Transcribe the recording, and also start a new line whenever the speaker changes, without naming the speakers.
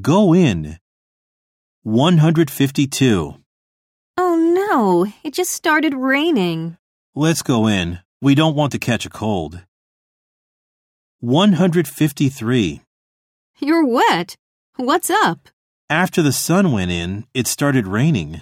Go in. 152.
Oh no, it just started raining.
Let's go in. We don't want to catch a cold. 153.
You're wet. What's up?
After the sun went in, it started raining.